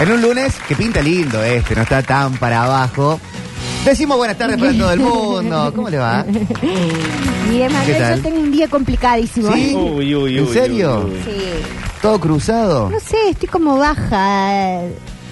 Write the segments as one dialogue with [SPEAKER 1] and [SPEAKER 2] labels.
[SPEAKER 1] En un lunes que pinta lindo este, no está tan para abajo. Decimos buenas tardes para todo el mundo. ¿Cómo le va?
[SPEAKER 2] Bien,
[SPEAKER 1] ¿Qué
[SPEAKER 2] Manuel,
[SPEAKER 1] tal?
[SPEAKER 2] yo tengo un día complicadísimo.
[SPEAKER 1] ¿Sí?
[SPEAKER 3] Uy, uy,
[SPEAKER 1] ¿En
[SPEAKER 3] uy,
[SPEAKER 1] serio?
[SPEAKER 3] uy, uy.
[SPEAKER 2] Sí.
[SPEAKER 1] ¿Todo cruzado?
[SPEAKER 2] No sé, estoy como baja.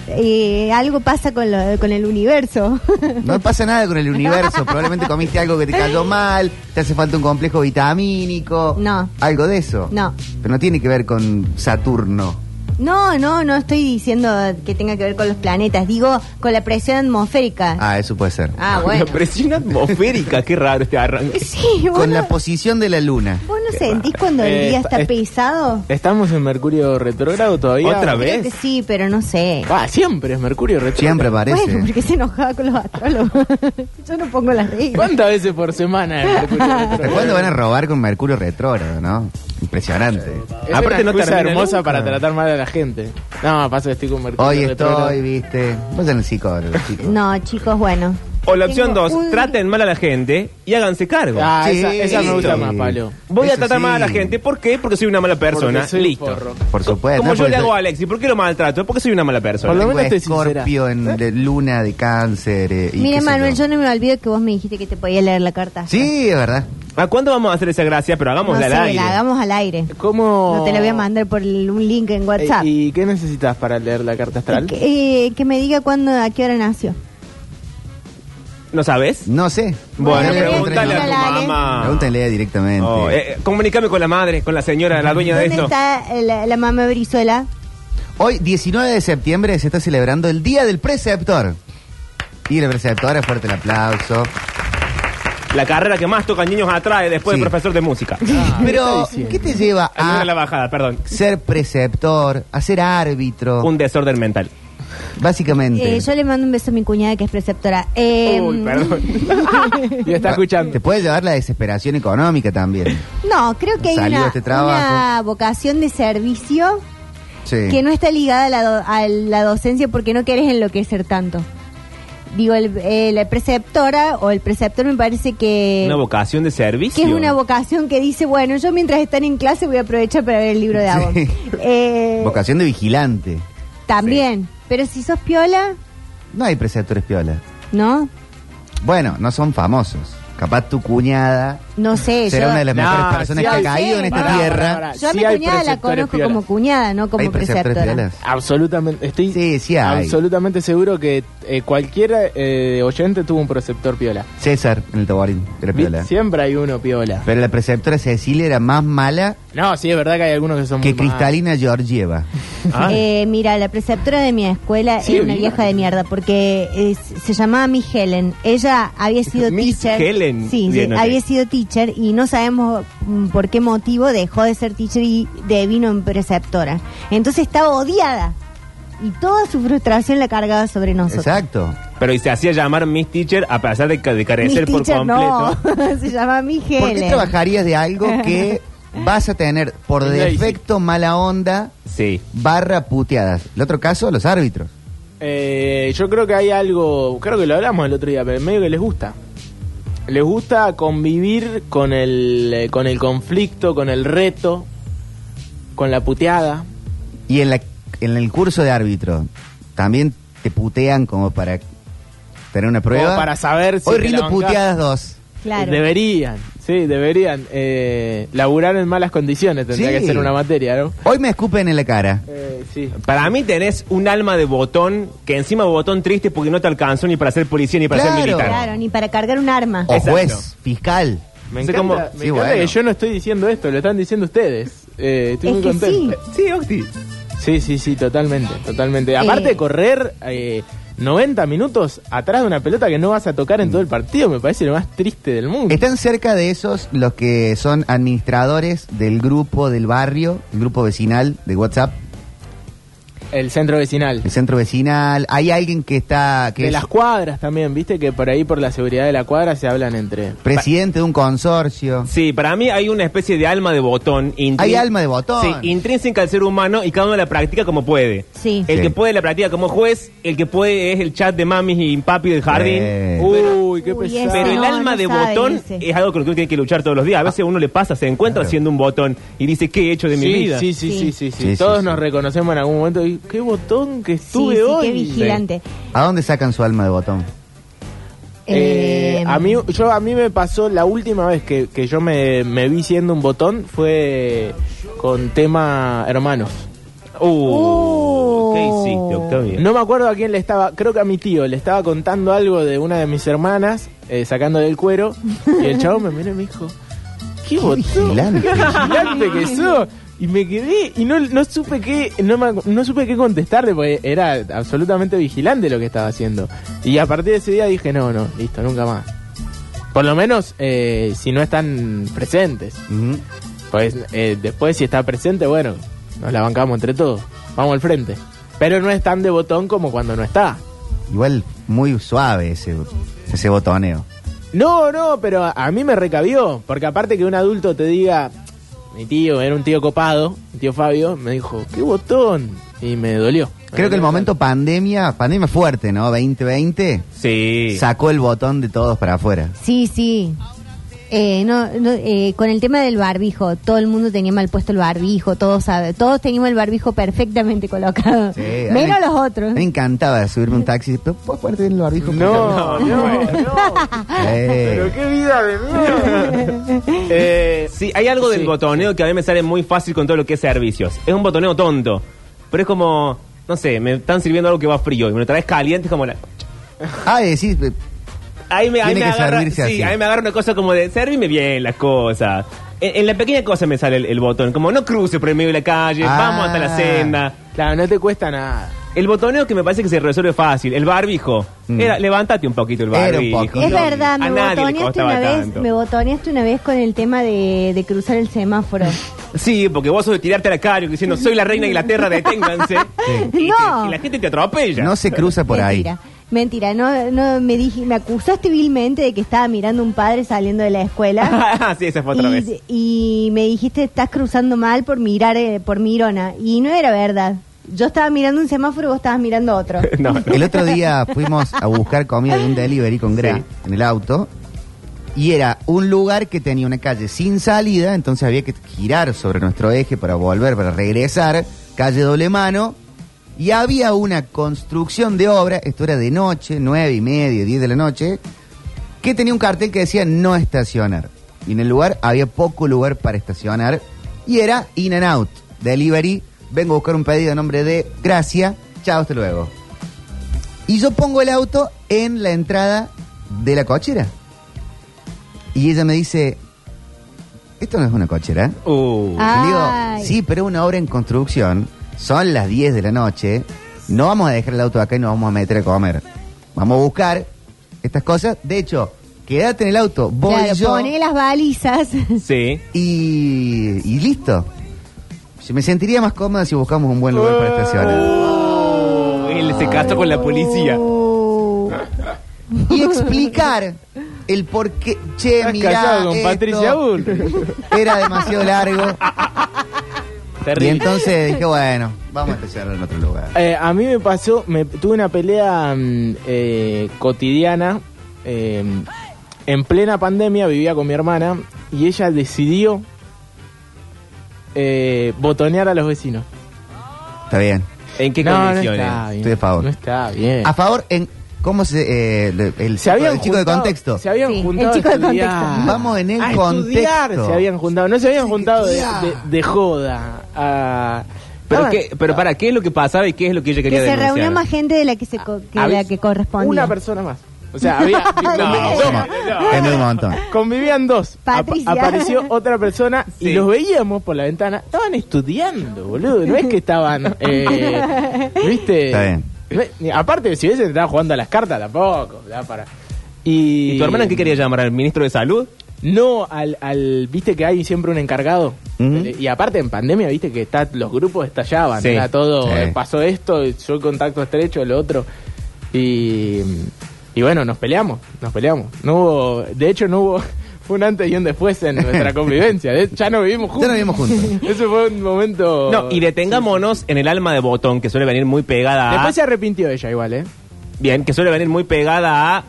[SPEAKER 2] Eh, algo pasa con, lo- con el universo.
[SPEAKER 1] No pasa nada con el universo. Probablemente comiste algo que te cayó mal, te hace falta un complejo vitamínico.
[SPEAKER 2] No.
[SPEAKER 1] Algo de eso.
[SPEAKER 2] No.
[SPEAKER 1] Pero no tiene que ver con Saturno.
[SPEAKER 2] no, no, no estoy diciendo que tenga que ver con los planetas. Digo, con la presión atmosférica. Ah,
[SPEAKER 1] Ah, eso puede ser.
[SPEAKER 2] bueno. Eh,
[SPEAKER 3] La presión atmosférica, qué raro este arranque.
[SPEAKER 2] Sí, vos
[SPEAKER 1] Con
[SPEAKER 2] no,
[SPEAKER 1] la posición de la luna.
[SPEAKER 2] vos no sentís cuando el
[SPEAKER 3] Eh,
[SPEAKER 2] día
[SPEAKER 3] está-
[SPEAKER 2] está
[SPEAKER 3] es-
[SPEAKER 2] pesado.
[SPEAKER 3] ¿Estamos en Mercurio retrógrado todavía?
[SPEAKER 1] ¿Otra
[SPEAKER 2] Creo que sí, pero no sé.
[SPEAKER 3] Ah, siempre es Mercurio retrógrado.
[SPEAKER 1] Siempre parece.
[SPEAKER 2] Bueno, porque se enojaba con los astrólogos. yo no pongo las reglas.
[SPEAKER 3] ¿Cuántas veces por semana es Mercurio
[SPEAKER 1] ¿Hasta
[SPEAKER 3] retrógrado?
[SPEAKER 1] cuándo van a robar con Mercurio retrógrado, no? Impresionante.
[SPEAKER 3] Es Ah, Aparte no cosa hermosa para tratar mal a la gente. No, pasa que estoy con Mercurio
[SPEAKER 1] Hoy
[SPEAKER 3] retrógrado.
[SPEAKER 1] estoy, viste. Vayan al psicólogo, chicos.
[SPEAKER 2] No, chicos, bueno.
[SPEAKER 4] O la opción
[SPEAKER 2] Tengo
[SPEAKER 4] 2,
[SPEAKER 2] un-
[SPEAKER 4] traten mal a la gente y háganse cargo.
[SPEAKER 3] Ah, esa,
[SPEAKER 1] Sí.
[SPEAKER 3] esa me gusta más, Pablo.
[SPEAKER 4] Voy a
[SPEAKER 1] Eso
[SPEAKER 4] tratar mal a la
[SPEAKER 1] sí.
[SPEAKER 4] gente. ¿Por qué? Porque soy una mala persona.
[SPEAKER 3] Porque soy
[SPEAKER 4] Listo.
[SPEAKER 3] forro.
[SPEAKER 1] Por
[SPEAKER 4] Co-
[SPEAKER 1] supuesto.
[SPEAKER 4] Como
[SPEAKER 1] no,
[SPEAKER 4] yo
[SPEAKER 1] porque
[SPEAKER 4] le hago
[SPEAKER 1] soy-
[SPEAKER 4] a Alexi, ¿por qué lo maltrato? Porque soy una mala
[SPEAKER 3] Por
[SPEAKER 4] persona.
[SPEAKER 3] lo
[SPEAKER 1] Tengo
[SPEAKER 3] menos estoy
[SPEAKER 1] escorpio en
[SPEAKER 4] ¿Eh?
[SPEAKER 1] de luna de cáncer. eh, y qué
[SPEAKER 2] Mire,
[SPEAKER 1] sé
[SPEAKER 2] Manuel, yo. no me olvido que vos me dijiste que te podía leer la carta.
[SPEAKER 1] Sí, es verdad.
[SPEAKER 4] ¿A cuándo vamos a hacer esa gracia? Pero
[SPEAKER 2] no
[SPEAKER 4] hagámosla
[SPEAKER 2] sé,
[SPEAKER 4] al aire.
[SPEAKER 2] la hagamos al aire.
[SPEAKER 3] ¿Cómo?
[SPEAKER 2] No te la voy a
[SPEAKER 1] Oh.
[SPEAKER 2] mandar por el- un link en
[SPEAKER 3] Eh,
[SPEAKER 2] WhatsApp.
[SPEAKER 3] ¿Y qué necesitas para leer la carta astral?
[SPEAKER 2] que, eh, que me diga cuándo, a qué hora nació.
[SPEAKER 4] ¿No sabes?
[SPEAKER 1] No sé.
[SPEAKER 4] Bueno,
[SPEAKER 2] Bueno,
[SPEAKER 1] Dale,
[SPEAKER 4] pregúntale
[SPEAKER 1] dale,
[SPEAKER 4] a
[SPEAKER 2] pregúntale a
[SPEAKER 4] tu
[SPEAKER 2] Ale.
[SPEAKER 4] mamá.
[SPEAKER 1] Pregúntale directamente.
[SPEAKER 4] Oh, eh, eh, comunícame con la madre, con la señora, la dueña de
[SPEAKER 2] ¿Dónde
[SPEAKER 4] esto.
[SPEAKER 2] está eh, la, la mamá Brizuela?
[SPEAKER 1] Hoy, 19 de septiembre, se está celebrando el Día del Preceptor. Y la preceptora, fuerte el aplauso.
[SPEAKER 4] La carrera que más tocan niños atrae después
[SPEAKER 1] Sí.
[SPEAKER 4] del profesor de música.
[SPEAKER 1] Pero,
[SPEAKER 3] está diciendo?
[SPEAKER 1] ¿qué te lleva
[SPEAKER 4] Ah, no era la
[SPEAKER 1] a
[SPEAKER 4] bajada, perdón.
[SPEAKER 1] ser preceptor, a ser árbitro?
[SPEAKER 4] Un desorden mental.
[SPEAKER 1] Básicamente.
[SPEAKER 2] Eh, yo le mando un beso a mi cuñada que es preceptora. Eh,
[SPEAKER 4] Uy, perdón.
[SPEAKER 3] Y está escuchando.
[SPEAKER 1] Ah, Te puede llevar la desesperación económica también.
[SPEAKER 2] No, creo que hay
[SPEAKER 1] Salió
[SPEAKER 2] una,
[SPEAKER 1] este trabajo.
[SPEAKER 2] una vocación de servicio
[SPEAKER 1] Sí.
[SPEAKER 2] que no está ligada a la, do- a la docencia porque no querés enloquecer tanto. Digo, el- eh, la preceptora o el preceptor me parece que...
[SPEAKER 4] Una vocación de servicio.
[SPEAKER 2] que es una vocación que dice, bueno, yo mientras están en clase voy a aprovechar para ver el libro de Avon.
[SPEAKER 1] Sí.
[SPEAKER 2] Eh,
[SPEAKER 1] Vocación de vigilante.
[SPEAKER 2] también, pero si sos piola,
[SPEAKER 1] No hay preceptores piola.
[SPEAKER 2] ¿no?
[SPEAKER 1] Bueno, no son famosos. Capaz tu cuñada
[SPEAKER 2] No sé,
[SPEAKER 1] será
[SPEAKER 2] yo,
[SPEAKER 1] una de las
[SPEAKER 3] No,
[SPEAKER 1] mejores personas
[SPEAKER 3] sí
[SPEAKER 1] que ha
[SPEAKER 3] hay-
[SPEAKER 1] caído en esta
[SPEAKER 2] pará,
[SPEAKER 1] tierra.
[SPEAKER 3] pará, pará.
[SPEAKER 2] yo a
[SPEAKER 3] Sí
[SPEAKER 2] mi
[SPEAKER 3] hay
[SPEAKER 2] cuñada la
[SPEAKER 3] preceptores
[SPEAKER 2] conozco
[SPEAKER 3] piolas.
[SPEAKER 2] como cuñada, no como
[SPEAKER 1] ¿Hay preceptores
[SPEAKER 2] preceptora.
[SPEAKER 1] piolas?
[SPEAKER 3] Absolutamente, estoy
[SPEAKER 1] Sí, sí hay.
[SPEAKER 3] absolutamente seguro que eh, cualquier eh, oyente tuvo un preceptor piola.
[SPEAKER 1] César en el Taborín de la
[SPEAKER 3] Vi-
[SPEAKER 1] piola.
[SPEAKER 3] Siempre hay uno piola.
[SPEAKER 1] Pero la preceptora Cecilia era más mala
[SPEAKER 3] No, sí, es verdad que hay algunos que son
[SPEAKER 1] que
[SPEAKER 3] muy malos.
[SPEAKER 1] Cristalina Georgieva.
[SPEAKER 4] Ah.
[SPEAKER 2] Eh, mira, la preceptora de mi escuela
[SPEAKER 3] Sí,
[SPEAKER 2] era una
[SPEAKER 3] mira.
[SPEAKER 2] vieja de mierda porque eh, se llamaba Miss Helen. Ella había sido
[SPEAKER 4] Miss
[SPEAKER 2] teacher.
[SPEAKER 4] Helen.
[SPEAKER 2] Sí, sí,
[SPEAKER 4] Bien, ok.
[SPEAKER 2] había sido teacher y no sabemos mm, por qué motivo dejó de ser teacher y de vino en preceptora. Entonces estaba odiada y toda su frustración la cargaba sobre nosotros.
[SPEAKER 1] Exacto.
[SPEAKER 4] Pero y se hacía llamar Miss Teacher a pesar de, ca- de
[SPEAKER 2] Miss
[SPEAKER 4] carecer por
[SPEAKER 2] teacher
[SPEAKER 4] completo.
[SPEAKER 2] no, se llamaba Miss Helen.
[SPEAKER 1] ¿Por qué trabajarías de algo que vas a tener por
[SPEAKER 3] Es lazy.
[SPEAKER 1] defecto mala onda
[SPEAKER 4] Sí.
[SPEAKER 1] barra puteadas? El otro caso, los árbitros.
[SPEAKER 3] Eh, yo creo que hay algo, creo que lo hablamos el otro día, pero medio que les gusta. Les gusta convivir con el, eh, con el conflicto, con el reto, con la puteada.
[SPEAKER 1] Y en, la, en el curso de árbitro, también te putean como para tener una prueba.
[SPEAKER 3] Como para saber si
[SPEAKER 1] Hoy
[SPEAKER 3] te la
[SPEAKER 1] rindo
[SPEAKER 3] bancás.
[SPEAKER 1] puteadas dos.
[SPEAKER 2] Claro.
[SPEAKER 3] Deberían, sí, deberían eh, laburar en malas condiciones, tendría
[SPEAKER 1] Sí.
[SPEAKER 3] que ser una materia, ¿no?
[SPEAKER 1] Hoy me escupen en la cara.
[SPEAKER 3] Eh, sí.
[SPEAKER 4] Para mí tenés un alma de botón, que encima botón triste porque no te alcanzó ni para ser policía ni para
[SPEAKER 1] Claro.
[SPEAKER 4] ser militar.
[SPEAKER 2] Claro, ni para cargar un arma.
[SPEAKER 1] O
[SPEAKER 4] Exacto.
[SPEAKER 1] juez, fiscal.
[SPEAKER 3] Me
[SPEAKER 4] No sé
[SPEAKER 3] encanta,
[SPEAKER 4] cómo-
[SPEAKER 3] me
[SPEAKER 1] Sí,
[SPEAKER 3] encanta
[SPEAKER 1] bueno.
[SPEAKER 3] que yo no estoy diciendo esto, lo están diciendo ustedes. Eh, estoy
[SPEAKER 2] Es
[SPEAKER 3] muy
[SPEAKER 2] que
[SPEAKER 3] contento.
[SPEAKER 4] Sí, Octi.
[SPEAKER 3] Sí, sí, sí, totalmente, totalmente. Aparte
[SPEAKER 2] Eh.
[SPEAKER 3] de correr, eh, 90 minutos atrás de una pelota que no vas a tocar en todo el partido. Me parece lo más triste del mundo.
[SPEAKER 1] Están cerca de esos los que son administradores del grupo del barrio, el grupo vecinal de WhatsApp,
[SPEAKER 3] El centro vecinal.
[SPEAKER 1] el centro vecinal. Hay alguien que está, que
[SPEAKER 3] De
[SPEAKER 1] es
[SPEAKER 3] las cuadras también, viste que por ahí por la seguridad de la cuadra se hablan entre...
[SPEAKER 1] presidente de un consorcio.
[SPEAKER 4] Sí, para mí hay una especie de alma de botón. intrín-
[SPEAKER 1] Hay alma de botón.
[SPEAKER 4] Sí, intrínseca al ser humano y cada uno la practica como puede.
[SPEAKER 2] Sí.
[SPEAKER 4] El
[SPEAKER 1] Sí.
[SPEAKER 4] que puede la practica como juez, el que puede es el chat de mamis y papi del jardín.
[SPEAKER 1] Eh.
[SPEAKER 3] Uy, qué
[SPEAKER 2] Uy,
[SPEAKER 3] pesado.
[SPEAKER 2] ese
[SPEAKER 4] Pero el
[SPEAKER 2] no,
[SPEAKER 4] alma
[SPEAKER 2] no
[SPEAKER 4] de
[SPEAKER 2] sabe
[SPEAKER 4] botón
[SPEAKER 2] ese.
[SPEAKER 4] es algo con lo que uno tiene que luchar todos los días. A veces a uno le pasa, se encuentra
[SPEAKER 1] Claro.
[SPEAKER 4] haciendo un botón y dice, ¿qué he hecho de mi
[SPEAKER 3] Sí,
[SPEAKER 4] vida?
[SPEAKER 3] sí, sí, sí, sí, sí.
[SPEAKER 1] Sí, sí,
[SPEAKER 3] Todos
[SPEAKER 1] sí.
[SPEAKER 3] nos reconocemos en algún momento. Y, ¿Qué botón que
[SPEAKER 2] Sí,
[SPEAKER 3] estuve
[SPEAKER 2] sí,
[SPEAKER 3] hoy?
[SPEAKER 2] qué vigilante.
[SPEAKER 1] ¿A dónde sacan su alma de botón?
[SPEAKER 3] Eh,
[SPEAKER 4] Em,
[SPEAKER 2] Em.
[SPEAKER 3] a mí yo a mí me pasó la última vez que, que yo me, me vi siendo un botón fue con tema hermanos.
[SPEAKER 4] Uh,
[SPEAKER 2] Oh.
[SPEAKER 4] ¿Qué hiciste, Octavio?
[SPEAKER 3] No me acuerdo a quién le estaba, creo que a mi tío, le estaba contando algo de una de mis hermanas, eh, sacándole el cuero, y el chavo me miró y me dijo, qué botón,
[SPEAKER 1] vigilante.
[SPEAKER 3] qué vigilante que sos". Y me quedé y no, no supe qué, no, me ac- no supe qué contestarle, porque era absolutamente vigilante lo que estaba haciendo. Y a partir de ese día dije, no, no, listo, nunca más. Por lo menos eh, si no están presentes.
[SPEAKER 1] Ujú.
[SPEAKER 3] Pues eh, después si está presente, bueno, nos la bancamos entre todos. Vamos al frente. Pero no es tan de botón como cuando no está.
[SPEAKER 1] Igual muy suave ese, ese botoneo.
[SPEAKER 3] No, no, pero a, a mí me recabió. Porque aparte que un adulto te diga, mi tío, era un tío copado, mi tío Fabio, me dijo, qué botón. Y me dolió.
[SPEAKER 1] Creo que el momento pandemia, pandemia fuerte, ¿no? 2020,
[SPEAKER 4] Sí.
[SPEAKER 1] sacó el botón de todos para afuera.
[SPEAKER 2] Sí, sí. Eh, no, no, eh, con el tema del barbijo, todo el mundo tenía mal puesto el barbijo, todos sabe, todos teníamos el barbijo perfectamente colocado,
[SPEAKER 1] Sí, a mí
[SPEAKER 2] menos
[SPEAKER 1] me-
[SPEAKER 2] los otros.
[SPEAKER 1] A mí Me encantaba subirme a un taxi. ¿Pero ¿Puedo ponerte bien el barbijo? por
[SPEAKER 3] No, no,
[SPEAKER 1] favor?
[SPEAKER 3] no.
[SPEAKER 1] Eh,
[SPEAKER 3] Pero qué vida de mierda. Eh,
[SPEAKER 4] Sí, hay algo del
[SPEAKER 3] Sí.
[SPEAKER 4] botoneo que a mí me sale muy fácil con todo lo que es servicios. Es un botoneo tonto, pero es como, no sé, me están sirviendo algo que va frío y me lo traes caliente es como la...
[SPEAKER 1] Ah, eh, sí. eh,
[SPEAKER 4] Ahí me, ahí
[SPEAKER 1] Tiene
[SPEAKER 4] me
[SPEAKER 1] que
[SPEAKER 4] agarra,
[SPEAKER 1] servirse así.
[SPEAKER 4] sí, ahí me agarra una cosa como de, servime bien las cosas. En, en la pequeña cosa me sale el, el botón, como no cruce por el medio de la calle,
[SPEAKER 1] Ah.
[SPEAKER 4] vamos hasta la senda.
[SPEAKER 3] claro, no te cuesta nada.
[SPEAKER 4] El botoneo que me parece que se resuelve fácil, el barbijo.
[SPEAKER 1] Mm.
[SPEAKER 4] Era, levántate un poquito el
[SPEAKER 1] Era
[SPEAKER 4] barbijo.
[SPEAKER 1] un poquito.
[SPEAKER 2] es
[SPEAKER 1] no,
[SPEAKER 2] verdad, me
[SPEAKER 4] A nadie le
[SPEAKER 2] botoneaste
[SPEAKER 4] costaba
[SPEAKER 2] una vez,
[SPEAKER 4] tanto.
[SPEAKER 2] me botoneaste una vez con el tema de, de cruzar el semáforo.
[SPEAKER 4] Sí, porque vos sos de tirarte a la cara y diciendo, soy la reina de Inglaterra, deténganse. Y, te-
[SPEAKER 2] No.
[SPEAKER 4] y la gente te atropella.
[SPEAKER 1] No se cruza por ahí.
[SPEAKER 2] mentira, mentira, no, no me dije, me acusaste vilmente de que estaba mirando un padre saliendo de la escuela.
[SPEAKER 4] Ah, sí, esa fue otra
[SPEAKER 2] y,
[SPEAKER 4] vez.
[SPEAKER 2] y me dijiste, estás cruzando mal por mirar, eh, por mirona. Y no era verdad. Yo estaba mirando un semáforo y vos estabas mirando otro.
[SPEAKER 4] No, no.
[SPEAKER 1] El otro día fuimos a buscar comida de un delivery con Gra
[SPEAKER 4] Sí.
[SPEAKER 1] en el auto. Y era un lugar que tenía una calle sin salida, entonces había que girar sobre nuestro eje para volver, para regresar, calle doble mano. Y había una construcción de obra, esto era de noche, nueve y media, diez de la noche, que tenía un cartel que decía no estacionar. Y en el lugar había poco lugar para estacionar. Y era in and out, delivery, vengo a buscar un pedido a nombre de Gracia, chao, hasta luego. Y yo pongo el auto en la entrada de la cochera. Y ella me dice, esto no es una cochera.
[SPEAKER 4] Uh.
[SPEAKER 1] Y
[SPEAKER 2] Ah. Ay.
[SPEAKER 1] Digo, sí, pero es una obra en construcción. Son las 10 de la noche. No vamos a dejar el auto acá y nos vamos a meter a comer. Vamos a buscar estas cosas. De hecho, quédate en el auto. Voy
[SPEAKER 2] Claro,
[SPEAKER 1] yo.
[SPEAKER 2] poné las balizas.
[SPEAKER 4] Sí.
[SPEAKER 1] Y, y listo. Se me sentiría más cómoda si buscamos un buen lugar para estacionar.
[SPEAKER 4] Uh, él se casó con la policía.
[SPEAKER 2] Oh.
[SPEAKER 1] Y explicar el por qué. Che,
[SPEAKER 3] Estás
[SPEAKER 1] mirá,
[SPEAKER 3] casado con
[SPEAKER 1] esto
[SPEAKER 3] Patricia Bull.
[SPEAKER 1] Era demasiado largo. Y
[SPEAKER 4] Terrible.
[SPEAKER 1] entonces dije, bueno, vamos a estacionar en otro lugar.
[SPEAKER 3] Eh, a mí me pasó, me tuve una pelea mm, eh, cotidiana. eh, en plena pandemia vivía con mi hermana y ella decidió eh, botonear a los vecinos.
[SPEAKER 1] Está bien.
[SPEAKER 4] ¿En qué
[SPEAKER 3] No, no
[SPEAKER 4] condiciones?
[SPEAKER 3] está bien.
[SPEAKER 1] Estoy a favor.
[SPEAKER 3] No está bien.
[SPEAKER 1] A favor en cómo se eh, le- el, chico, el chico de
[SPEAKER 3] juntado-
[SPEAKER 1] contexto.
[SPEAKER 3] Se habían
[SPEAKER 2] Sí, el
[SPEAKER 3] juntado. a
[SPEAKER 2] chico de
[SPEAKER 3] estudiar.
[SPEAKER 2] contexto.
[SPEAKER 1] Vamos en el
[SPEAKER 3] a estudiar
[SPEAKER 1] contexto.
[SPEAKER 3] Se habían juntado. No se habían juntado de,
[SPEAKER 1] estudiar.
[SPEAKER 3] de- de joda. Ah, a-
[SPEAKER 4] ¿Pero,
[SPEAKER 3] Estaban-
[SPEAKER 4] qué, pero para qué es lo que pasaba y qué es lo que ella
[SPEAKER 2] que
[SPEAKER 4] quería
[SPEAKER 2] se
[SPEAKER 4] denunciar? Ah,
[SPEAKER 2] reunió más gente de la que se co- que
[SPEAKER 3] había
[SPEAKER 2] la que correspondía.
[SPEAKER 3] Una persona más. O sea, había.
[SPEAKER 4] No,
[SPEAKER 1] Es
[SPEAKER 4] bueno.
[SPEAKER 1] mo- es un montón.
[SPEAKER 3] Convivían dos. Ap-
[SPEAKER 2] Patricia.
[SPEAKER 3] apareció otra persona y
[SPEAKER 4] Sí.
[SPEAKER 3] los veíamos por la ventana. Estaban estudiando, boludo. No es que estaban. eh, ¿Viste?
[SPEAKER 1] Está bien.
[SPEAKER 3] Ve, ni- Aparte, si ese te estaba jugando a las cartas, tampoco. da para. Y,
[SPEAKER 4] ¿Y tu hermana qué quería llamar? ¿Al ministro de salud?
[SPEAKER 3] No, al, al- viste que hay siempre un encargado.
[SPEAKER 1] Ujú.
[SPEAKER 3] Y aparte en pandemia, viste que está, los grupos estallaban.
[SPEAKER 4] Sí.
[SPEAKER 3] Era todo,
[SPEAKER 1] Sí.
[SPEAKER 3] eh, pasó esto, yo en contacto estrecho, lo otro. Y, y bueno, nos peleamos, nos peleamos. No hubo, de hecho no hubo, fue un antes y un después en nuestra convivencia. De- ya no vivimos juntos.
[SPEAKER 1] Ya no vivimos juntos.
[SPEAKER 3] Ese fue un momento...
[SPEAKER 4] No, y detengámonos en el alma de Botón, que suele venir muy pegada a...
[SPEAKER 3] Después se arrepintió ella igual, ¿eh?
[SPEAKER 4] Bien, que suele venir muy pegada a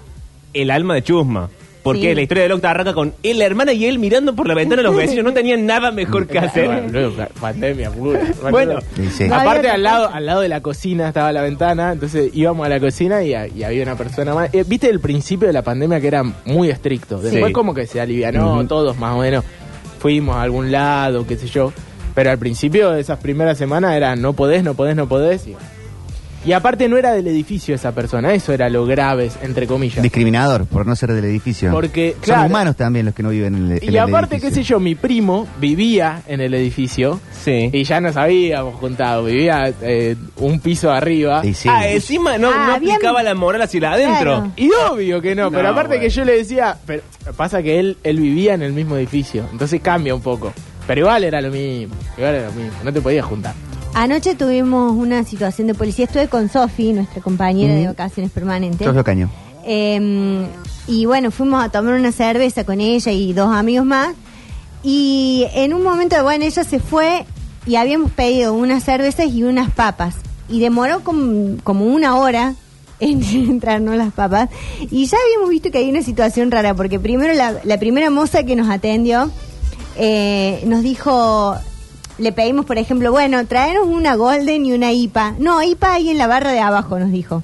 [SPEAKER 4] el alma de Chusma. Porque
[SPEAKER 2] Sí.
[SPEAKER 4] la historia de Octa arranca con él, la hermana y él mirando por la ventana a los vecinos. No tenían nada mejor que
[SPEAKER 3] Bueno,
[SPEAKER 4] hacer.
[SPEAKER 3] luego, claro, pandemia pura.
[SPEAKER 4] Bueno.
[SPEAKER 1] Sí, sí.
[SPEAKER 2] No había
[SPEAKER 3] aparte
[SPEAKER 2] otra
[SPEAKER 3] al lado,
[SPEAKER 2] cosa.
[SPEAKER 3] al lado de la cocina estaba la ventana, entonces íbamos a la cocina y, y había una persona más. Eh, Viste el principio de la pandemia que era muy estricto, después
[SPEAKER 4] Sí.
[SPEAKER 3] como que se alivianó todos más o menos, fuimos a algún lado, qué sé yo, pero al principio de esas primeras semanas era no podés, no podés, no podés. Y, y aparte no era del edificio esa persona, eso era lo grave, entre comillas.
[SPEAKER 1] Discriminador por no ser del edificio.
[SPEAKER 3] Porque,
[SPEAKER 1] Son
[SPEAKER 3] claro.
[SPEAKER 1] humanos también los que no viven en el, en
[SPEAKER 3] y
[SPEAKER 1] el
[SPEAKER 3] aparte, qué
[SPEAKER 1] edificio.
[SPEAKER 3] sé yo, mi primo vivía en el edificio.
[SPEAKER 4] Sí.
[SPEAKER 3] Y ya nos habíamos juntado, vivía eh, un piso arriba.
[SPEAKER 1] Y sí.
[SPEAKER 4] Ah, encima no,
[SPEAKER 2] Ah,
[SPEAKER 4] no
[SPEAKER 2] bien.
[SPEAKER 4] aplicaba la moral hacia la adentro.
[SPEAKER 2] Claro.
[SPEAKER 3] Y obvio que
[SPEAKER 4] No,
[SPEAKER 3] no, pero aparte
[SPEAKER 4] bueno.
[SPEAKER 3] que yo le decía, pero pasa que él, él vivía en el mismo edificio, entonces cambia un poco. Pero igual era lo mismo, igual era lo mismo, no te podías juntar.
[SPEAKER 2] Anoche tuvimos una situación de policía. Estuve con Sofi, nuestra compañera de
[SPEAKER 1] Ujú.
[SPEAKER 2] vacaciones permanentes.
[SPEAKER 1] Yo os lo caño.
[SPEAKER 2] Eh, y bueno, fuimos a tomar una cerveza con ella y dos amigos más. Y en un momento, bueno, ella se fue y habíamos pedido unas cervezas y unas papas. Y demoró com- como una hora en entrarnos las papas. Y ya habíamos visto que hay una situación rara, porque primero la, la primera moza que nos atendió eh, nos dijo, le pedimos, por ejemplo, bueno, traeros una Golden y una IPA. No, IPA ahí en la barra de abajo, nos dijo.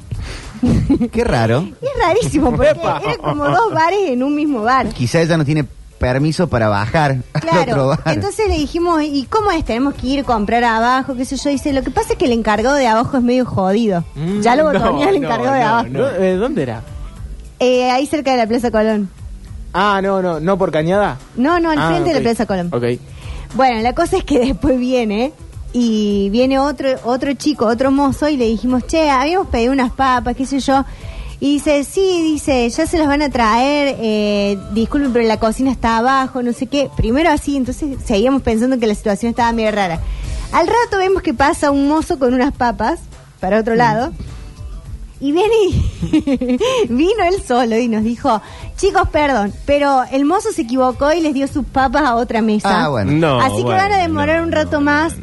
[SPEAKER 1] Qué raro.
[SPEAKER 2] Es rarísimo, porque
[SPEAKER 4] Epa.
[SPEAKER 2] era como dos bares en un mismo bar.
[SPEAKER 1] Quizá ella no tiene permiso para bajar al otro
[SPEAKER 2] Claro.
[SPEAKER 1] bar.
[SPEAKER 2] Entonces le dijimos, ¿y cómo es? Tenemos que ir a comprar abajo, qué sé yo. Dice, lo que pasa es que el encargado de abajo es medio jodido. Mm, ya lo botonía
[SPEAKER 3] Mm, no,
[SPEAKER 2] el
[SPEAKER 3] no,
[SPEAKER 2] encargado de
[SPEAKER 3] no,
[SPEAKER 2] abajo.
[SPEAKER 3] no. Eh, ¿Dónde era?
[SPEAKER 2] Eh, ahí cerca de la Plaza Colón.
[SPEAKER 3] Ah, no, no, no por Cañada.
[SPEAKER 2] No, no, al
[SPEAKER 3] Ah,
[SPEAKER 2] frente de
[SPEAKER 3] ok.
[SPEAKER 2] la Plaza Colón.
[SPEAKER 3] Ok.
[SPEAKER 2] Bueno, la cosa es que después viene y viene otro otro chico, otro mozo y le dijimos, che, habíamos pedido unas papas, qué sé yo. Y dice, sí, dice, ya se las van a traer, eh, disculpen, pero la cocina está abajo, no sé qué. Primero así, entonces seguíamos pensando que la situación estaba medio rara. Al rato vemos que pasa un mozo con unas papas para
[SPEAKER 1] Mm.
[SPEAKER 2] otro lado. Y viene y vino él solo y nos dijo, chicos, perdón, pero el mozo se equivocó y les dio sus papas a otra mesa.
[SPEAKER 1] Ah, bueno.
[SPEAKER 4] No,
[SPEAKER 2] Así que
[SPEAKER 4] bueno,
[SPEAKER 2] van a demorar
[SPEAKER 4] no,
[SPEAKER 2] un rato
[SPEAKER 4] no,
[SPEAKER 2] más.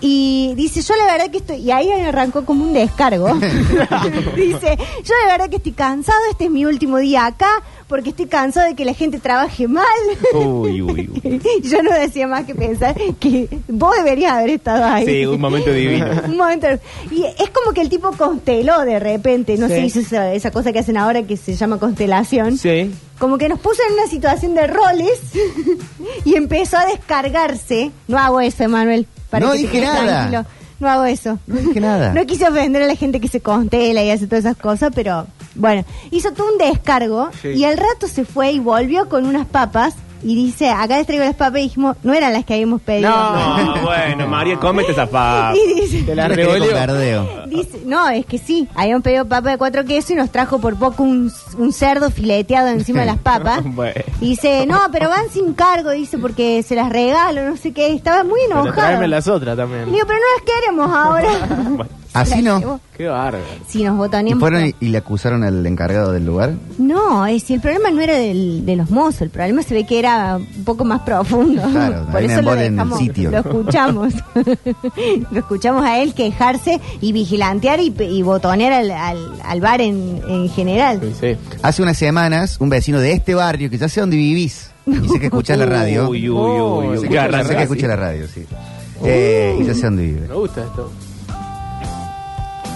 [SPEAKER 2] Y dice, yo la verdad que estoy... Y ahí arrancó como un descargo. dice, yo la verdad que estoy cansado, este es mi último día acá, porque estoy cansado de que la gente trabaje mal.
[SPEAKER 4] Uy, uy, uy.
[SPEAKER 2] yo no decía más que pensar que vos deberías haber estado ahí.
[SPEAKER 4] Sí, un momento divino.
[SPEAKER 2] Un momento. Y es como que el tipo consteló de repente, no sé, hizo esa, esa cosa que hacen ahora que se llama constelación.
[SPEAKER 4] Sí.
[SPEAKER 2] Como que nos puso en una situación de roles y empezó a descargarse. No hago eso, Emanuel. para
[SPEAKER 1] No
[SPEAKER 2] que te
[SPEAKER 1] dije
[SPEAKER 2] quedes
[SPEAKER 1] nada.
[SPEAKER 2] tranquilo. No hago eso.
[SPEAKER 1] No dije nada.
[SPEAKER 2] No quise ofender a la gente que se constela y hace todas esas cosas, pero bueno, hizo todo un descargo y al rato se fue y volvió con unas papas y dice, acá les traigo las papas y dijimos, no eran las que habíamos pedido.
[SPEAKER 4] No, bueno, María, cómete esa papa.
[SPEAKER 2] Y dice,
[SPEAKER 3] Te la
[SPEAKER 1] Yo me quedé con
[SPEAKER 3] revolvió.
[SPEAKER 1] verdeo.
[SPEAKER 2] Dice- no, es que sí, habían pedido papa de cuatro quesos y nos trajo por poco un, un cerdo fileteado encima de las papas.
[SPEAKER 4] Bueno.
[SPEAKER 2] Y dice, no, pero van sin cargo, dice, porque se las regalo, no sé qué. Estaba muy
[SPEAKER 3] Pero
[SPEAKER 2] enojado.
[SPEAKER 3] tráeme
[SPEAKER 2] Le
[SPEAKER 3] las otras también.
[SPEAKER 2] digo, pero no las queremos ahora.
[SPEAKER 1] Así
[SPEAKER 2] La
[SPEAKER 1] no.
[SPEAKER 2] llevó.
[SPEAKER 3] Qué bárbaro.
[SPEAKER 2] Sí, nos
[SPEAKER 1] Y
[SPEAKER 2] botoneamos.
[SPEAKER 1] fueron y, y le acusaron al encargado del lugar.
[SPEAKER 2] No, es, el problema no era del- de los mozos, el problema se ve que era un poco más profundo.
[SPEAKER 1] Claro,
[SPEAKER 2] Por
[SPEAKER 1] hay un
[SPEAKER 2] eso lo
[SPEAKER 1] embole en el
[SPEAKER 2] dejamos,
[SPEAKER 1] sitio.
[SPEAKER 2] lo escuchamos. lo escuchamos a él quejarse y vigilantear y, y botonear al, al- al bar en, en
[SPEAKER 3] Sí,
[SPEAKER 2] general.
[SPEAKER 3] sí.
[SPEAKER 1] Hace unas semanas, un vecino de este barrio, que ya sé dónde vivís, y sé que escuchás la radio.
[SPEAKER 4] Uy, uy, uy, uy.
[SPEAKER 3] Oh,
[SPEAKER 1] sé
[SPEAKER 3] se
[SPEAKER 1] que,
[SPEAKER 3] escucha
[SPEAKER 4] Garra,
[SPEAKER 3] la
[SPEAKER 1] sé que
[SPEAKER 3] radio,
[SPEAKER 1] escucha la radio, sí. Eh, y ya sé dónde vive.
[SPEAKER 3] Me gusta esto.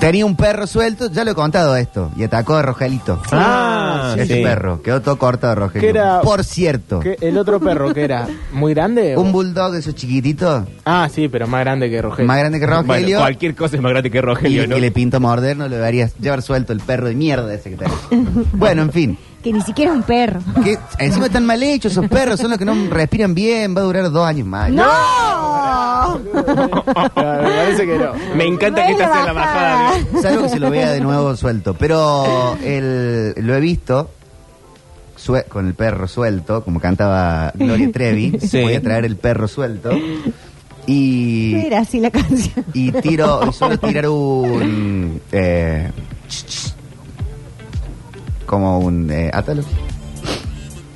[SPEAKER 1] Tenía un perro suelto, ya lo he contado esto, y atacó a Rogelito.
[SPEAKER 4] Ah,
[SPEAKER 1] Ese
[SPEAKER 4] sí.
[SPEAKER 1] perro, quedó todo cortado Rogelito.
[SPEAKER 3] Que era-
[SPEAKER 1] Por cierto,
[SPEAKER 3] ¿Qué- el otro perro que era muy grande.
[SPEAKER 1] un bulldog de esos chiquititos,
[SPEAKER 3] ah, sí, pero más grande que Rogelio.
[SPEAKER 1] más grande que
[SPEAKER 4] Bueno,
[SPEAKER 1] Rogelio,
[SPEAKER 4] cualquier cosa es más grande que
[SPEAKER 1] y,
[SPEAKER 4] Rogelio, ¿no?
[SPEAKER 1] y le pinto morder, no lo deberías llevar suelto el perro de mierda ese que tenés. bueno, en fin.
[SPEAKER 2] Que ni siquiera un perro.
[SPEAKER 1] Que encima están mal hechos esos perros, son los que no respiran bien, va a durar dos años más.
[SPEAKER 2] ¡No! ¿No?
[SPEAKER 3] No, me parece que no.
[SPEAKER 4] Me encanta que
[SPEAKER 2] Ve
[SPEAKER 4] esta
[SPEAKER 2] la
[SPEAKER 4] sea la bajada.
[SPEAKER 2] bajada.
[SPEAKER 4] ¿no?
[SPEAKER 1] Salvo que se lo vea de nuevo suelto. Pero el- lo he visto sue- con el perro suelto, como cantaba Gloria Trevi.
[SPEAKER 4] Sí.
[SPEAKER 1] Voy a traer el perro suelto. Y,
[SPEAKER 2] Era así la canción.
[SPEAKER 1] y tiro, y suelo tirar un. eh, como un. eh, átalo.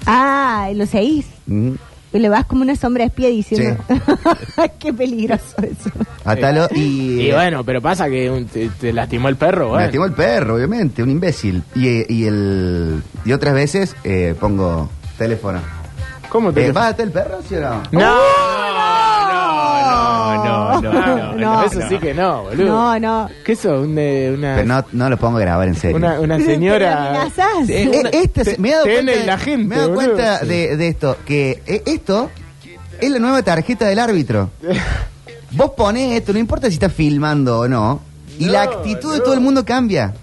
[SPEAKER 2] Ah, ¿lo seguís?
[SPEAKER 1] Mm,
[SPEAKER 2] Y le vas como una sombra espía diciendo...
[SPEAKER 1] Sí.
[SPEAKER 2] Qué peligroso eso.
[SPEAKER 1] Átalo y.
[SPEAKER 3] Y bueno, pero pasa que un- te, te lastimó el perro,
[SPEAKER 1] Me
[SPEAKER 3] bueno.
[SPEAKER 1] lastimó el perro, obviamente, un imbécil. Y, y el, y otras veces eh, pongo teléfono.
[SPEAKER 3] ¿Cómo te
[SPEAKER 1] Eh, ¿Va a estar el perro, sí o no?
[SPEAKER 3] No,
[SPEAKER 1] ¡Oh!
[SPEAKER 4] No, no, no, no, Oh. no,
[SPEAKER 2] No.
[SPEAKER 3] Eso sí que no, boludo.
[SPEAKER 2] No, no.
[SPEAKER 3] ¿Qué eso? Un de- una,
[SPEAKER 1] Pero no, no lo pongo a grabar en serio.
[SPEAKER 3] una, una
[SPEAKER 2] Pero te
[SPEAKER 3] señora.
[SPEAKER 2] amenazás.
[SPEAKER 3] Sí,
[SPEAKER 1] Eh,
[SPEAKER 3] una-
[SPEAKER 1] esta se- me he dado
[SPEAKER 3] tiene
[SPEAKER 1] cuenta, de-
[SPEAKER 3] la gente,
[SPEAKER 1] me he dado
[SPEAKER 3] boludo.
[SPEAKER 1] cuenta
[SPEAKER 3] Sí.
[SPEAKER 1] de, de esto, que eh, esto es la nueva tarjeta del árbitro. Vos ponés esto, no importa si estás filmando o no, y la actitud de todo el mundo cambia.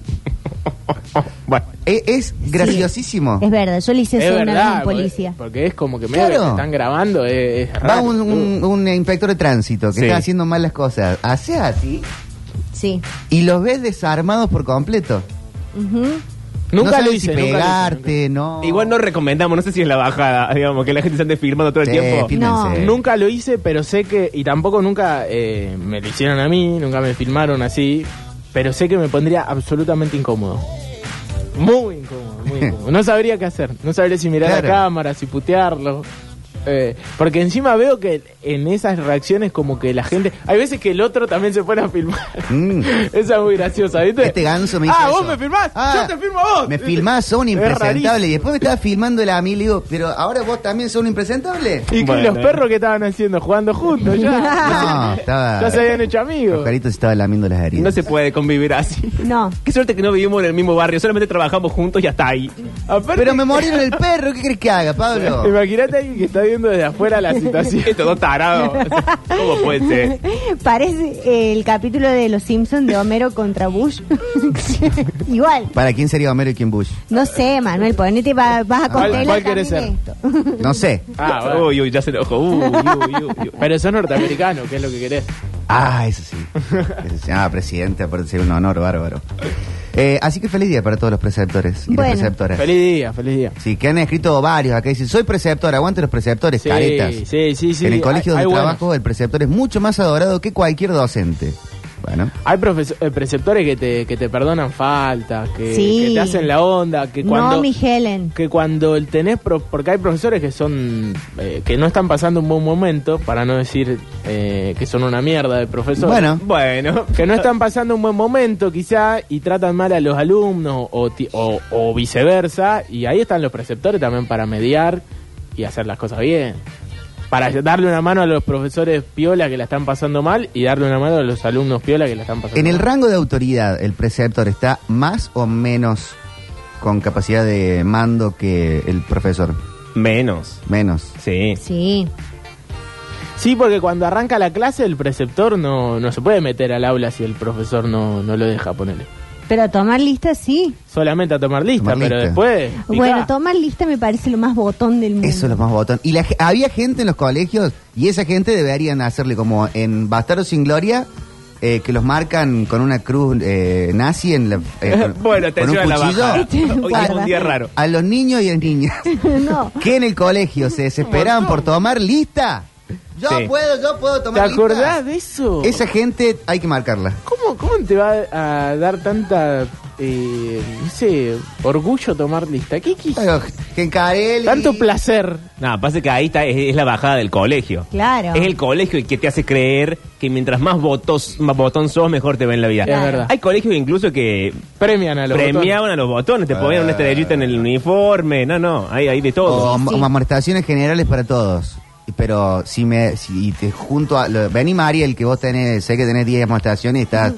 [SPEAKER 4] Bueno,
[SPEAKER 1] Eh, es graciosísimo.
[SPEAKER 2] Es verdad, yo le hice
[SPEAKER 3] Es
[SPEAKER 2] eso una vez a
[SPEAKER 3] verdad,
[SPEAKER 2] un policía.
[SPEAKER 3] porque- porque es como que medio
[SPEAKER 1] Claro.
[SPEAKER 3] que te están grabando. Es, es
[SPEAKER 1] Va
[SPEAKER 3] raro,
[SPEAKER 1] un, un- un inspector de tránsito que
[SPEAKER 4] Sí.
[SPEAKER 1] está haciendo mal las cosas. Hace así
[SPEAKER 2] Sí.
[SPEAKER 1] y los ves desarmados por completo.
[SPEAKER 2] Ujú.
[SPEAKER 3] Nunca
[SPEAKER 1] no
[SPEAKER 3] lo
[SPEAKER 1] sabes
[SPEAKER 3] hice,
[SPEAKER 1] si
[SPEAKER 3] nunca lo hice,
[SPEAKER 1] pegarte, no.
[SPEAKER 4] Igual no recomendamos, no sé si es la bajada, digamos, que la gente se ande filmando todo el
[SPEAKER 1] Sí,
[SPEAKER 4] tiempo.
[SPEAKER 1] fil-
[SPEAKER 2] No.
[SPEAKER 3] Ah. Nunca lo hice, pero sé que. Y tampoco nunca eh, me lo hicieron a mí, nunca me filmaron así. Pero sé que me pondría absolutamente incómodo. Muy incómodo, muy incómodo. No sabría qué hacer. No sabría si mirar
[SPEAKER 1] Claro.
[SPEAKER 3] la cámara, si putearlo. Eh, porque encima veo que en esas reacciones, como que la gente. Hay veces que el otro también se pone a filmar.
[SPEAKER 1] Mm.
[SPEAKER 3] Esa es muy graciosa, ¿viste?
[SPEAKER 1] Este ganso me hizo
[SPEAKER 3] Ah, vos
[SPEAKER 1] eso.
[SPEAKER 3] me filmás.
[SPEAKER 1] Ah,
[SPEAKER 3] Yo te filmo a vos.
[SPEAKER 1] Me filmás, sos un
[SPEAKER 3] Es
[SPEAKER 1] impresentable.
[SPEAKER 3] rarísimo.
[SPEAKER 1] Y después me estaba filmando la a mí y le digo, pero ahora vos también sos un impresentable.
[SPEAKER 3] Y que
[SPEAKER 4] Bueno.
[SPEAKER 3] los perros que estaban haciendo, jugando juntos ya.
[SPEAKER 1] No, estaba.
[SPEAKER 3] ya se habían hecho amigos.
[SPEAKER 1] Rojarito se estaba lamiendo las heridas.
[SPEAKER 4] No se puede convivir así.
[SPEAKER 2] No.
[SPEAKER 4] Qué suerte que no vivimos en el mismo barrio, solamente trabajamos juntos y hasta ahí.
[SPEAKER 3] Aparte-
[SPEAKER 1] Pero me morieron el perro, ¿qué crees que haga, Pablo?
[SPEAKER 3] Imagínate a alguien que está viendo desde afuera la situación.
[SPEAKER 4] Estos dos tarados. ¿Cómo puede ser?
[SPEAKER 2] Parece el capítulo de Los Simpsons de Homero contra Bush. Igual.
[SPEAKER 1] ¿Para quién sería Homero y quién Bush?
[SPEAKER 2] No sé, Manuel, ponete, va- vas a
[SPEAKER 3] Ah, ¿Cuál-
[SPEAKER 2] contar
[SPEAKER 3] cuál querés ser?
[SPEAKER 1] No sé.
[SPEAKER 3] Ah, bueno.
[SPEAKER 4] Uy, uy, ya se enojó. Uy, uy, uy, uy.
[SPEAKER 3] Pero sos norteamericano, que es lo que querés.
[SPEAKER 1] Ah, eso sí. Eso sí. Ah, presidente, aparte sería un honor bárbaro. Eh, así que feliz día para todos los preceptores y
[SPEAKER 2] Bueno.
[SPEAKER 1] las preceptoras.
[SPEAKER 3] Feliz día, feliz día.
[SPEAKER 1] Sí, que han escrito varios acá. Dicen, soy preceptor, aguante los preceptores,
[SPEAKER 3] Sí,
[SPEAKER 1] caretas.
[SPEAKER 3] sí, sí, sí.
[SPEAKER 1] En el colegio
[SPEAKER 3] Hay-
[SPEAKER 1] donde
[SPEAKER 3] hay
[SPEAKER 1] trabajo, el preceptor es mucho más adorado que cualquier docente. Bueno,
[SPEAKER 3] Hay profes- eh, preceptores que te, que te perdonan faltas, que,
[SPEAKER 2] Sí.
[SPEAKER 3] que te hacen la onda, que cuando...
[SPEAKER 2] No, mi Helen.
[SPEAKER 3] Que cuando el tenés, pro- porque hay profesores que son, eh, que no están pasando un buen momento, para no decir eh, que son una mierda de profesores.
[SPEAKER 1] bueno,
[SPEAKER 4] Bueno,
[SPEAKER 3] que no están pasando un buen momento quizá y tratan mal a los alumnos o, ti- o- o viceversa y ahí están los preceptores también para mediar y hacer las cosas bien para darle una mano a los profesores piola que la están pasando mal y darle una mano a los alumnos piola que la están pasando
[SPEAKER 1] en el
[SPEAKER 3] mal.
[SPEAKER 1] rango de autoridad, el preceptor está más o menos con capacidad de mando que el profesor.
[SPEAKER 4] menos.
[SPEAKER 1] Menos.
[SPEAKER 4] Sí.
[SPEAKER 2] Sí.
[SPEAKER 3] sí porque cuando arranca la clase el preceptor no, no se puede meter al aula si el profesor no, no lo deja ponerle
[SPEAKER 2] Pero tomar lista sí.
[SPEAKER 3] solamente a tomar lista
[SPEAKER 1] Tomar
[SPEAKER 3] pero
[SPEAKER 1] lista.
[SPEAKER 3] después picá.
[SPEAKER 2] Bueno, tomar lista me parece lo más botón del mundo.
[SPEAKER 1] Eso es lo más botón. Y la, ge- había gente en los colegios y esa gente deberían hacerle como en Bastardo sin Gloria. eh, que los marcan con una cruz eh, nazi en la, eh, con-
[SPEAKER 4] Bueno,
[SPEAKER 1] con un
[SPEAKER 4] atención a la
[SPEAKER 1] cuchillo.
[SPEAKER 4] bajada.
[SPEAKER 2] Este,
[SPEAKER 4] Hoy es un día raro.
[SPEAKER 1] a los niños y a las niñas.
[SPEAKER 2] no.
[SPEAKER 1] que en el colegio se desesperaban por tomar lista. Yo
[SPEAKER 4] Sí.
[SPEAKER 1] puedo, yo puedo
[SPEAKER 3] ¿Te
[SPEAKER 1] tomar lista.
[SPEAKER 3] acordás de eso?
[SPEAKER 1] Esa gente hay que marcarla.
[SPEAKER 3] ¿Cómo, ¿Cómo te va a dar tanta, eh, no sé, orgullo tomar lista? ¿Qué quis-
[SPEAKER 1] Pero, Que encaré
[SPEAKER 3] Tanto placer.
[SPEAKER 4] No, pasa que ahí está, es, es la bajada del colegio.
[SPEAKER 2] Claro.
[SPEAKER 4] Es el colegio el que te hace creer que mientras más votos, más botón sos, mejor te ven la vida.
[SPEAKER 3] Es verdad.
[SPEAKER 4] Hay colegios incluso que
[SPEAKER 3] Premian a los
[SPEAKER 4] premiaban a los botones, te ponían una estrellita
[SPEAKER 1] Eh.
[SPEAKER 4] en el uniforme, no, no, hay, hay de todo.
[SPEAKER 1] O,
[SPEAKER 2] Sí.
[SPEAKER 1] o amonestaciones generales para todos. Pero si me si te junto a lo- Vení Mariel que vos tenés, sé que tenés 10 amonestaciones y estás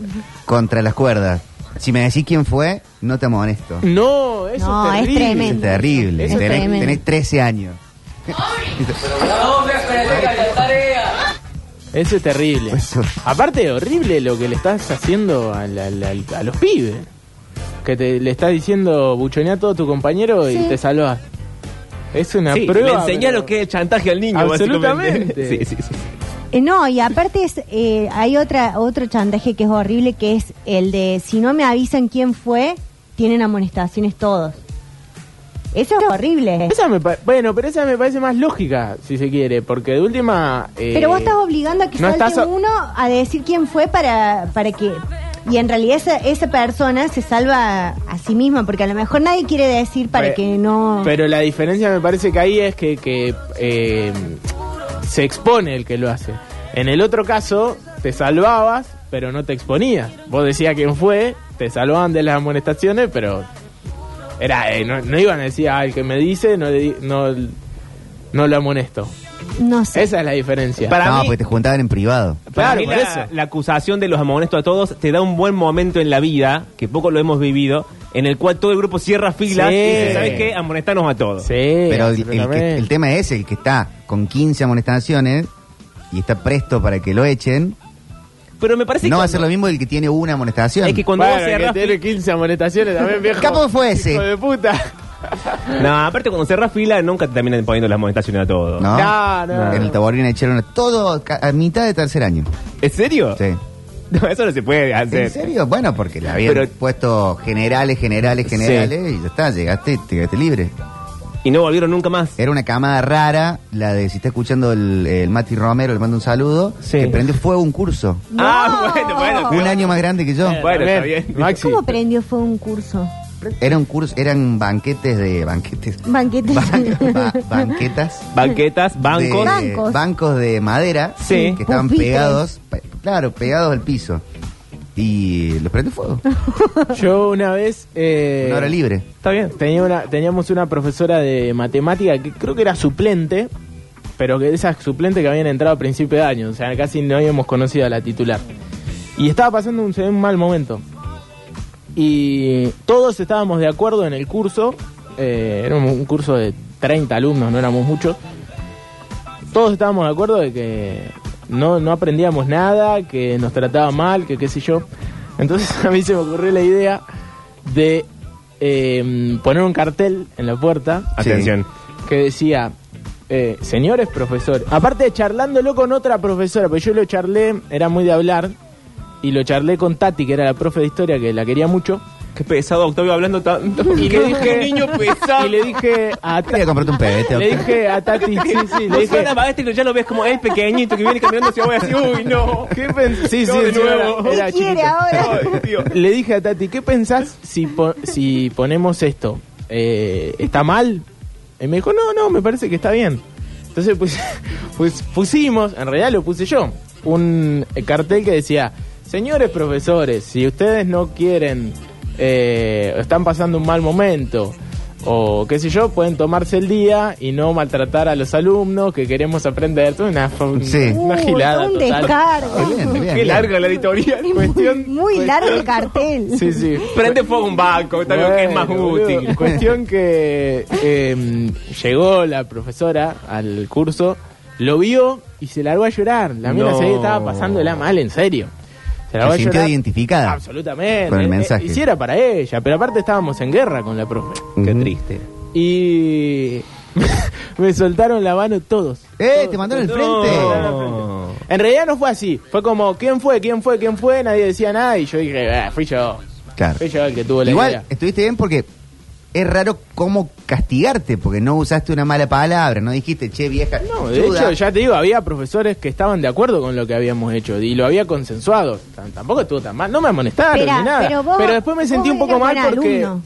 [SPEAKER 1] contra las cuerdas. Si me decís quién fue, no te amonesto.
[SPEAKER 3] botones. No, eso
[SPEAKER 2] No, es
[SPEAKER 3] es terrible.
[SPEAKER 1] Es
[SPEAKER 2] tremendo.
[SPEAKER 1] terrible.
[SPEAKER 2] Eso es
[SPEAKER 1] tenés,
[SPEAKER 2] tremendo.
[SPEAKER 1] tenés 13 años.
[SPEAKER 3] Eso es terrible.
[SPEAKER 1] Eso.
[SPEAKER 3] Aparte, horrible lo que le estás haciendo al- al- al- a los pibes. Que te, le estás diciendo buchoneá a todo tu compañero y
[SPEAKER 2] Sí.
[SPEAKER 3] te salvas. Es una
[SPEAKER 4] Sí,
[SPEAKER 3] prueba.
[SPEAKER 4] le enseñá
[SPEAKER 3] pero-
[SPEAKER 4] lo que es chantaje al niño,
[SPEAKER 3] Absolutamente.
[SPEAKER 4] básicamente. Sí, sí, sí.
[SPEAKER 2] Eh, no, y aparte es, eh, hay otra, otro chantaje que es horrible, que es el de si no me avisan quién fue, tienen amonestaciones todos. Eso es horrible.
[SPEAKER 3] Esa me pa- bueno, pero esa me parece más lógica, si se quiere, porque de última... eh,
[SPEAKER 2] Pero vos estás obligando a que
[SPEAKER 3] no
[SPEAKER 2] salte
[SPEAKER 3] estás a-
[SPEAKER 2] uno a decir quién fue para, para que... Y en realidad esa, esa persona se salva a sí misma, porque a lo mejor nadie quiere decir para
[SPEAKER 3] Pe-
[SPEAKER 2] que no...
[SPEAKER 3] Pero la diferencia me parece que ahí es que, que, eh, se expone el que lo hace. En el otro caso, te salvabas, pero no te exponías. Vos decías quién fue, te salvaban de las amonestaciones, pero era eh, no, no iban a decir, ah, el que me dice, no, le di- no, no lo amonesto.
[SPEAKER 2] no sé.
[SPEAKER 3] Esa es la diferencia.
[SPEAKER 4] Para
[SPEAKER 1] no,
[SPEAKER 4] mí-
[SPEAKER 1] pues te juntaban en privado.
[SPEAKER 3] Claro,
[SPEAKER 4] Para mí
[SPEAKER 3] por
[SPEAKER 4] la,
[SPEAKER 3] eso.
[SPEAKER 4] la acusación de los amonestos a todos te da un buen momento en la vida, que poco lo hemos vivido, en el cual todo el grupo cierra filas
[SPEAKER 3] Sí.
[SPEAKER 4] y dice, ¿sabes qué? Amonestanos a todos.
[SPEAKER 3] Sí,
[SPEAKER 1] Pero el, el que-
[SPEAKER 3] absolutamente.
[SPEAKER 1] el tema es el que está con 15 amonestaciones y está presto para que lo echen.
[SPEAKER 4] Pero me parece
[SPEAKER 1] no
[SPEAKER 4] que
[SPEAKER 1] va a ser lo mismo el que tiene una amonestación.
[SPEAKER 4] es que cuando
[SPEAKER 3] Bueno,
[SPEAKER 4] vos cerrás
[SPEAKER 3] que tiene 15 amonestaciones también, viejo.
[SPEAKER 1] Capo fue ese.
[SPEAKER 3] Hijo de puta.
[SPEAKER 4] fila- No, aparte cuando cerrás fila nunca te terminan poniendo las amonestaciones a todos.
[SPEAKER 1] ¿No?
[SPEAKER 3] No, no.
[SPEAKER 1] Ah, En el taborín echaron a todo ca- a mitad de tercer año.
[SPEAKER 4] ¿En serio?
[SPEAKER 1] Sí.
[SPEAKER 4] No, eso no se puede hacer.
[SPEAKER 1] ¿En serio? Bueno, porque le habían
[SPEAKER 4] Pero-
[SPEAKER 1] puesto generales, generales, generales y ya está, llegaste, te quedaste libre.
[SPEAKER 4] Y no volvieron nunca más.
[SPEAKER 1] Era una camada rara, la de si está escuchando el, el Mati Romero, le mando un saludo,
[SPEAKER 4] Sí.
[SPEAKER 1] que prende fuego un curso.
[SPEAKER 2] No.
[SPEAKER 4] Ah, bueno,
[SPEAKER 2] Oh.
[SPEAKER 4] bueno.
[SPEAKER 1] Un año más grande que yo.
[SPEAKER 4] Bueno, está bien.
[SPEAKER 3] Maxi.
[SPEAKER 2] ¿Cómo prendió fue un curso?
[SPEAKER 1] Era un curso, eran banquetes de banquetes.
[SPEAKER 2] Banquete.
[SPEAKER 1] Ban- ba- banquetas.
[SPEAKER 4] Banquetas, bancos.
[SPEAKER 1] de-
[SPEAKER 2] Bancos.
[SPEAKER 1] bancos de madera
[SPEAKER 4] Sí.
[SPEAKER 1] que estaban
[SPEAKER 2] Pupitres.
[SPEAKER 1] pegados, pe- claro, pegados al piso. Y los prende fuego.
[SPEAKER 3] Yo una vez. Eh,
[SPEAKER 1] Una hora libre.
[SPEAKER 4] Está bien.
[SPEAKER 3] Tenía una, teníamos una profesora de matemática que creo que era suplente, pero que de esas suplentes que habían entrado a principio de año, o sea, casi no habíamos conocido a la titular. Y estaba pasando un, un mal momento. Y todos estábamos de acuerdo en el curso, eh, era un, un curso de 30 alumnos, no éramos muchos. Todos estábamos de acuerdo de que no, no aprendíamos nada, que nos trataba mal, que qué sé yo. Entonces a mí se me ocurrió la idea de eh, poner un cartel en la puerta
[SPEAKER 1] Sí.
[SPEAKER 4] Atención.
[SPEAKER 3] que decía, eh, señores profesores, aparte de charlándolo con otra profesora, pues yo lo charlé, era muy de hablar, y lo charlé con Tati, que era la profe de historia, que la quería mucho,
[SPEAKER 4] Qué pesado, Octavio, hablando tanto.
[SPEAKER 3] Y le dije-
[SPEAKER 4] pesado.
[SPEAKER 3] y le dije a
[SPEAKER 1] Quería
[SPEAKER 3] Tati,
[SPEAKER 1] comprarte un pebete.
[SPEAKER 3] le dije a Tati, sí, sí, le
[SPEAKER 4] Vos
[SPEAKER 3] dije...
[SPEAKER 4] ahora pagaste que ya lo ves como el pequeñito que viene caminando hacia vos y así, uy, no.
[SPEAKER 3] ¿Qué pens- sí, sí,
[SPEAKER 4] No, de
[SPEAKER 3] sí,
[SPEAKER 4] nuevo.
[SPEAKER 3] era- era
[SPEAKER 2] ¿Qué quiere
[SPEAKER 3] chiquito.
[SPEAKER 2] ahora?
[SPEAKER 4] Ay, tío.
[SPEAKER 3] Le dije a Tati, ¿qué pensás si, po- si ponemos esto? Eh, ¿Está mal? Y me dijo, no, no, me parece que está bien. Entonces pues, pues, pusimos, en realidad lo puse yo, un eh, cartel que decía, señores profesores, si ustedes no quieren, eh, están pasando un mal momento, o qué sé yo, pueden tomarse el día y no maltratar a los alumnos que queremos aprender. Una,
[SPEAKER 1] Sí.
[SPEAKER 3] una
[SPEAKER 2] Uy,
[SPEAKER 3] gilada
[SPEAKER 2] Uh, Un
[SPEAKER 3] total.
[SPEAKER 1] Ah,
[SPEAKER 2] descargo.
[SPEAKER 1] bien, bien,
[SPEAKER 4] Qué
[SPEAKER 1] bien.
[SPEAKER 4] larga la editorial.
[SPEAKER 2] Muy-
[SPEAKER 3] Cuestión-
[SPEAKER 2] muy largo el cartel.
[SPEAKER 3] Sí, sí.
[SPEAKER 4] Prende fuego un banco, Octavio, que es más
[SPEAKER 3] Bueno, boludo.
[SPEAKER 4] útil.
[SPEAKER 3] Cuestión que eh, llegó la profesora al curso, lo vio y se largó a llorar. La mina
[SPEAKER 4] No.
[SPEAKER 3] se estaba pasándola mal, en serio. Se largó
[SPEAKER 1] Se
[SPEAKER 3] a
[SPEAKER 1] sintió
[SPEAKER 3] llorar.
[SPEAKER 1] identificada.
[SPEAKER 3] Absolutamente.
[SPEAKER 1] Con el
[SPEAKER 3] Eh, eh,
[SPEAKER 1] mensaje.
[SPEAKER 3] Y si era para ella, pero aparte estábamos en guerra con la profe.
[SPEAKER 4] Qué
[SPEAKER 1] Ujú.
[SPEAKER 4] triste.
[SPEAKER 3] Y me soltaron la mano todos.
[SPEAKER 1] ¡Eh! ¡Te mandaron el frente!
[SPEAKER 4] No.
[SPEAKER 3] En realidad no fue así. Fue como, ¿quién fue? ¿Quién fue? ¿Quién fue? Nadie decía nada y yo dije, "Ah, fui yo.
[SPEAKER 1] Claro.
[SPEAKER 3] Fui yo el que tuvo la
[SPEAKER 1] Igual,
[SPEAKER 3] idea.
[SPEAKER 1] estuviste bien porque es raro cómo castigarte, porque no usaste una mala palabra, no dijiste, che, vieja.
[SPEAKER 3] No, de
[SPEAKER 1] chuda".
[SPEAKER 3] hecho, ya te digo, había profesores que estaban de acuerdo con lo que habíamos hecho y lo había consensuado. Tan- tampoco estuvo tan mal, no me amonestaron
[SPEAKER 2] Espera,
[SPEAKER 3] ni nada.
[SPEAKER 2] pero vos-
[SPEAKER 3] después me sentí
[SPEAKER 2] vos
[SPEAKER 3] un poco
[SPEAKER 2] eras buen
[SPEAKER 3] mal porque.
[SPEAKER 2] alumno.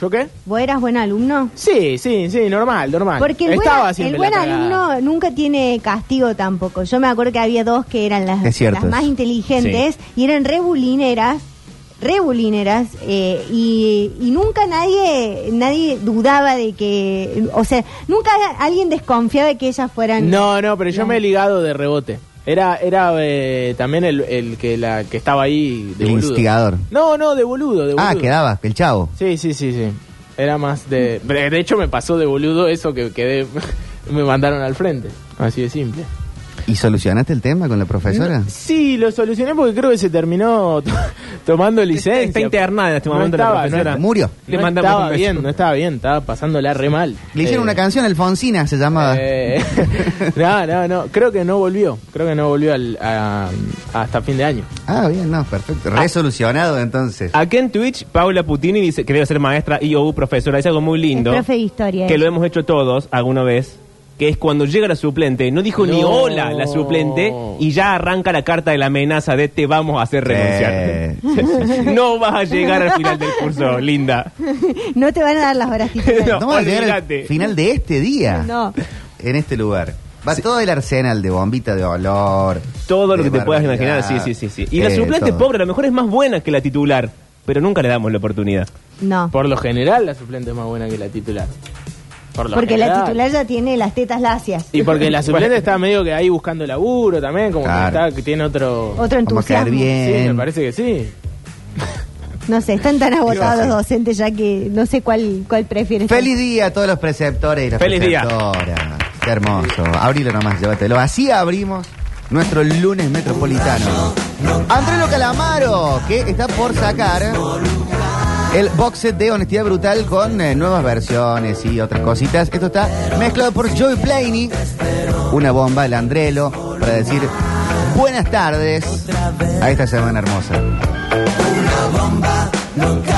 [SPEAKER 3] ¿Yo qué?
[SPEAKER 2] ¿Vos eras buen alumno?
[SPEAKER 3] Sí, sí, sí, normal, normal.
[SPEAKER 2] Porque el
[SPEAKER 3] Estaba
[SPEAKER 2] buen, el
[SPEAKER 3] siempre
[SPEAKER 2] buen
[SPEAKER 3] la cagada.
[SPEAKER 2] alumno nunca tiene castigo tampoco. Yo me acuerdo que había dos que eran las,
[SPEAKER 1] Es cierto
[SPEAKER 2] las
[SPEAKER 1] eso.
[SPEAKER 2] más inteligentes y eran re bulineras, re bulineras, eh, y, y nunca nadie nadie dudaba de que, o sea, nunca alguien desconfiaba de que ellas fueran...
[SPEAKER 3] No, no, pero yo
[SPEAKER 2] No.
[SPEAKER 3] me he ligado de rebote. Era, era eh, también el, el que la que estaba ahí de
[SPEAKER 1] El
[SPEAKER 3] boludo.
[SPEAKER 1] instigador.
[SPEAKER 3] No, no, de boludo, de
[SPEAKER 1] Ah,
[SPEAKER 3] boludo.
[SPEAKER 1] quedaba, el chavo.
[SPEAKER 3] Sí, sí, sí, sí. Era más de. De hecho, me pasó de boludo eso que quedé. me mandaron al frente. Así de simple.
[SPEAKER 1] ¿Y solucionaste el tema con la profesora?
[SPEAKER 3] Sí, lo solucioné porque creo que se terminó to- tomando licencia.
[SPEAKER 4] Está internada en este
[SPEAKER 3] No
[SPEAKER 4] momento la
[SPEAKER 3] estaba,
[SPEAKER 4] profesora.
[SPEAKER 3] no-
[SPEAKER 1] Murió.
[SPEAKER 4] Le
[SPEAKER 3] no
[SPEAKER 4] mandamos
[SPEAKER 3] estaba
[SPEAKER 4] un beso.
[SPEAKER 3] bien, no estaba bien, estaba pasándola re mal.
[SPEAKER 1] Le hicieron
[SPEAKER 3] Eh,
[SPEAKER 1] una canción, Alfonsina se llamaba.
[SPEAKER 3] eh, no, no, no, creo que no volvió, creo que no volvió al- a- hasta fin de año.
[SPEAKER 1] Ah, bien, no, perfecto. Resolucionado entonces.
[SPEAKER 4] Acá en Twitch, Paula Putini dice que debe ser maestra y o profesora. Dice algo muy lindo.
[SPEAKER 2] Es profe de historia,
[SPEAKER 4] Que
[SPEAKER 2] eh.
[SPEAKER 4] lo hemos hecho todos alguna vez. Que es cuando llega la suplente, no dijo ni
[SPEAKER 3] No.
[SPEAKER 4] hola la suplente y ya arranca la carta de la amenaza de te vamos a hacer
[SPEAKER 1] Eh,
[SPEAKER 4] renunciar. no vas a llegar al final del curso, linda.
[SPEAKER 2] No te van a dar las horas
[SPEAKER 4] No.
[SPEAKER 2] titulares.
[SPEAKER 1] Vamos a llegar al
[SPEAKER 4] olvídate.
[SPEAKER 1] final de este día.
[SPEAKER 2] No.
[SPEAKER 1] En este lugar. Va todo el arsenal de bombita de olor.
[SPEAKER 4] Todo lo que
[SPEAKER 1] de
[SPEAKER 4] te puedas
[SPEAKER 1] barbaridad.
[SPEAKER 4] imaginar, sí, sí, sí. sí. Y la
[SPEAKER 1] Eh,
[SPEAKER 4] suplente
[SPEAKER 1] todo.
[SPEAKER 4] pobre, a lo mejor es más buena que la titular, pero nunca le damos la oportunidad.
[SPEAKER 2] No.
[SPEAKER 3] Por lo general la suplente es más buena que la titular. Por lo
[SPEAKER 2] Porque la
[SPEAKER 3] general.
[SPEAKER 2] titular ya tiene las tetas lacias.
[SPEAKER 3] Y porque la suplente está medio que ahí buscando laburo también, como
[SPEAKER 1] Claro.
[SPEAKER 3] que, está, que tiene otro...
[SPEAKER 2] Otro
[SPEAKER 1] Vamos a caer
[SPEAKER 2] entusiasmo.
[SPEAKER 3] Sí, me
[SPEAKER 1] bien.
[SPEAKER 3] parece que sí.
[SPEAKER 2] No sé, están tan agotados
[SPEAKER 1] Iba a
[SPEAKER 2] los
[SPEAKER 1] ser.
[SPEAKER 2] docentes ya que no sé cuál, cuál prefieres.
[SPEAKER 1] Feliz día a todos los preceptores y las
[SPEAKER 4] Feliz día.
[SPEAKER 1] preceptoras. Qué hermoso. Abrilo nomás, llévatelo. Así abrimos nuestro lunes metropolitano. Andrés Lo Calamaro, que está por sacar el box set de Honestidad Brutal con eh, nuevas versiones y otras cositas. Esto está mezclado por Joey Blaney. Una bomba, el Andrelo, para decir buenas tardes a esta semana hermosa.
[SPEAKER 5] Nunca